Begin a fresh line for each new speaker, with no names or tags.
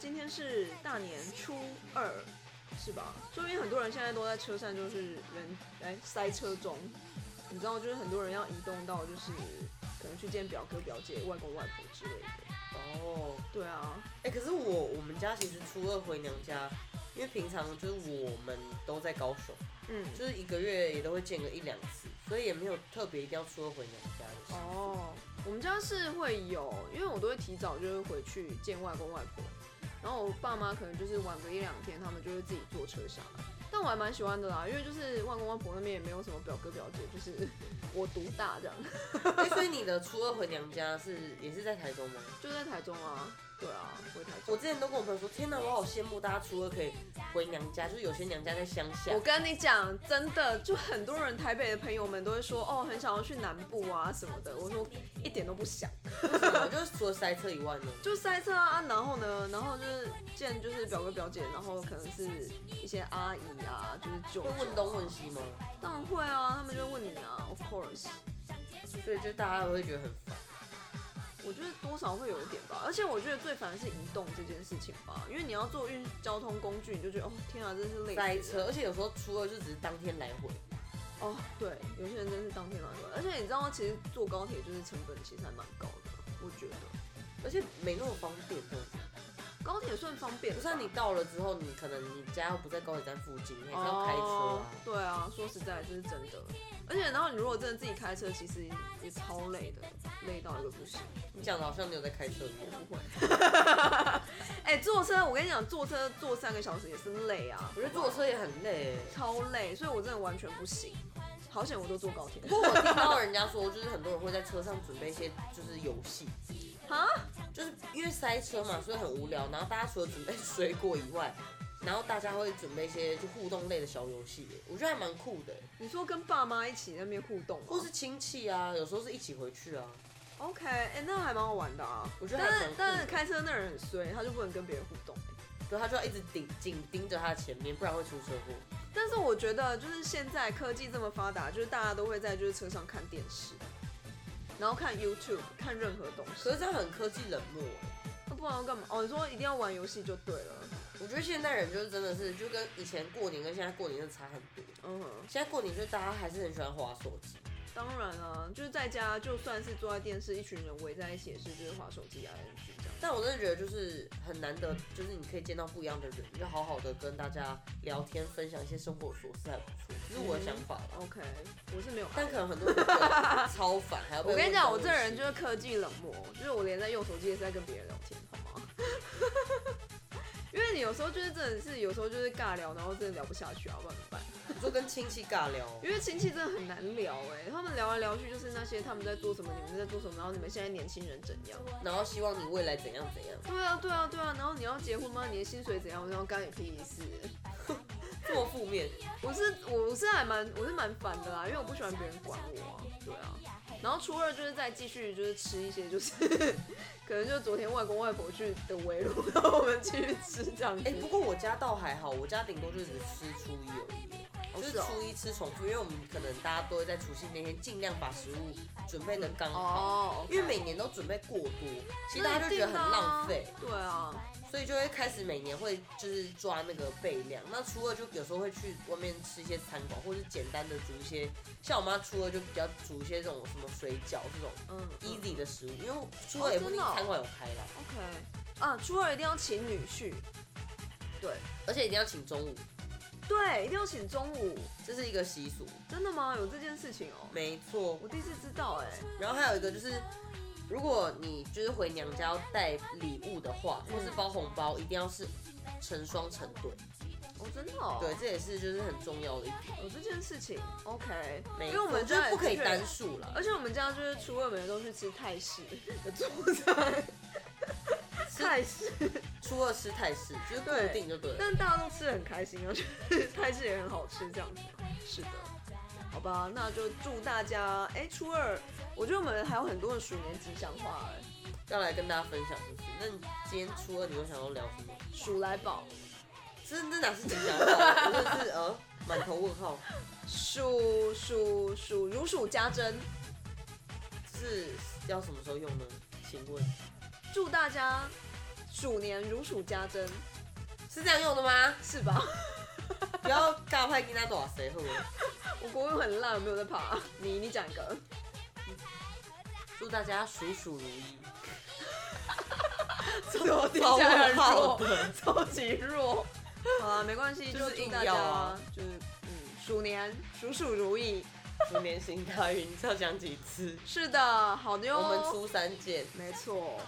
今天是大年初二，是吧？说明很多人现在都在车上，就是人哎塞车中。你知道，就是很多人要移动到，就是可能去见表哥、表姐、外公、外婆之类的。
哦，
对啊，
哎、可是我我们家其实初二回娘家，因为平常就是我们都在高雄，
嗯，
就是一个月也都会见个一两次，所以也没有特别一定要初二回娘家的事。
哦，我们家是会有，因为我都会提早就是回去见外公外婆，然后我爸妈可能就是晚个一两天，他们就会自己坐车下来。但我还蛮喜欢的啦，因为就是外公外婆那边也没有什么表哥表姐，就是我独大这样，
哎所以你的初二回娘家是也是在台中吗？
就在台中啊，对啊，回台
我
中。
之前都跟我朋友说，天哪，我好羡慕大家初二可以回娘家，就是有些娘家在乡下
我，跟你讲，真的，就很多人台北的朋友们都会说，哦，很想要去南部啊什么的。我说一点都不想，
我就是除了塞车以外呢，
就塞车啊，啊然后呢，然后就是见就是表哥表姐，然后可能是一些阿姨啊，就是舅
会
舅啊
问东问西吗？
当然会啊，他们就会问你啊，of course。
所以就大家会觉得很烦。
我觉得多少会有一点吧，而且我觉得最烦的是移动这件事情吧，因为你要坐运交通工具，你就觉得哦天啊，真是累死了
塞车，而且有时候初二就只是当天来回，
哦。对，有些人真是当天来回，而且你知道，其实坐高铁就是成本其实还蛮高的，我觉得
而且没那么方便的。
高铁算方便吧，哦
不是啊你到了之后，你可能你家又不在高铁站附近，你还是要开车
哦
啊。
对啊，说实在，这是真的。而且，然后你如果真的自己开车，其实也超累的，累到一个不行。
你讲的好像你有在开车一样。
不会。哎、坐车，我跟你讲，坐车坐三个小时也是累啊，
我觉得坐车也很累欸。
超累，所以我真的完全不行。好险我都坐高铁
不过我听到人家说，就是很多人会在车上准备一些就是游戏，
啊！
就是因为塞车嘛，所以很无聊。然后大家除了准备水果以外，然后大家会准备一些就互动类的小游戏欸，我觉得还蛮酷的欸。
你说跟爸妈一起在那边互动吗，
或是亲戚啊，有时候是一起回去啊。
OK，哎、那还蛮好玩的啊。
我觉得还
但
蛮
是
酷的
但是开车那人很衰，他就不能跟别人互动。
对，他就要一直顶紧盯着他的前面，不然会出车祸。
但是我觉得，就是现在科技这么发达，就是大家都会在就是车上看电视，然后看 YouTube，看任何东西。
可是这样很科技冷漠欸。
那不然要干嘛？哦，你说一定要玩游戏就对了。
我觉得现代人就是真的是，就跟以前过年跟现在过年真的差很多。
嗯哼。
现在过年就大家还是很喜欢滑手机，
当然啊，就是在家，就算是坐在电视，一群人围在一起，也是就是划手机啊，就是这样。
但我真的觉得就是很难得，就是你可以见到不一样的人，就好好的跟大家聊天，分享一些生活琐事，还不错。这是我的想法啦。
OK，我是没有爱。
但可能很多人就觉得 超烦，还要被
我跟你讲，我
问
这
东问
人
西
就是科技冷漠，就是我连在用手机也是在跟别人聊天，好吗？ 因为你有时候就是真的是，有时候就是尬聊，然后真的聊不下去啊，不然怎么办？
你说跟亲戚尬聊，
因为亲戚真的很难聊哎、他们聊来聊去就是那些他们在做什么，你们在做什么，然后你们现在年轻人怎样？
然后希望你未来怎样怎样，
对啊，对啊，对啊，然后你要结婚吗？你的薪水怎样？我想干你屁事。
这么负面。
我是我是还蛮我是蛮烦的啦，因为我不喜欢别人管我啊，对啊。然后初二就是再继续就是吃一些就是可能就昨天外公外婆去的围炉，然后我们继续吃这样子。
哎、不过我家倒还好，我家顶多就只吃初一而已，
哦
就是
是哦
初一吃重复，因为我们可能大家都会在除夕那天尽量把食物准备的刚好。
哦，
因为每年都准备过多，其实大家就觉得很浪费，
对啊，
所以就会开始每年会就是抓那个备量。那初二就有时候会去外面吃一些餐馆，或是简单的煮一些，像我妈初二就比较煮一些这种什么水饺这种
嗯
easy 的食物，因为初二也不一定
哦真的哦
餐馆有开啦，
OK 啊，初二一定要请女婿，对
而且一定要请中午，
对，一定要请中午，
这是一个习俗，
真的吗？有这件事情哦、
没错。
我第一次知道哎、
然后还有一个就是，如果你就是回娘家要带礼物的话，
嗯
或是包红包，一定要是成双成对。
哦、真的哦、
对，，这也是就是很重要的一点。
有这件事情，OK，
没
因为我们
错就
家
是不可以
也是哎
单数了，
而且我们家就是初二每天都去吃泰 式的中餐，泰式，
初二吃泰式就是固
对
定就对了。
但大家都吃的很开心啊，就是泰式也很好吃这样子。是的，好吧，那就祝大家哎、初二，我觉得我们还有很多的鼠年吉祥话哎、
要来跟大家分享就是，那你今天初二你会想要聊什么？
鼠来宝，
这这哪是吉祥话？我就是呃满头问号，
鼠鼠鼠如数家珍，
这是要什么时候用呢？请问
祝大家鼠年如数家珍，
是这样用的吗？
是吧？
不要尬派给他多少谁喝？
我国文很烂，我没有在爬。你你讲一个，
祝大家鼠鼠 如意。
怎么听
超
起来 很
好
弱，
的，
超级弱。好啊，没关系，
就是
祝
硬
大
要
家
啊
就是嗯，鼠年鼠鼠如意。
鼠年行大运，你知道讲几次？
是的，好妞。
我们初三见。
没错。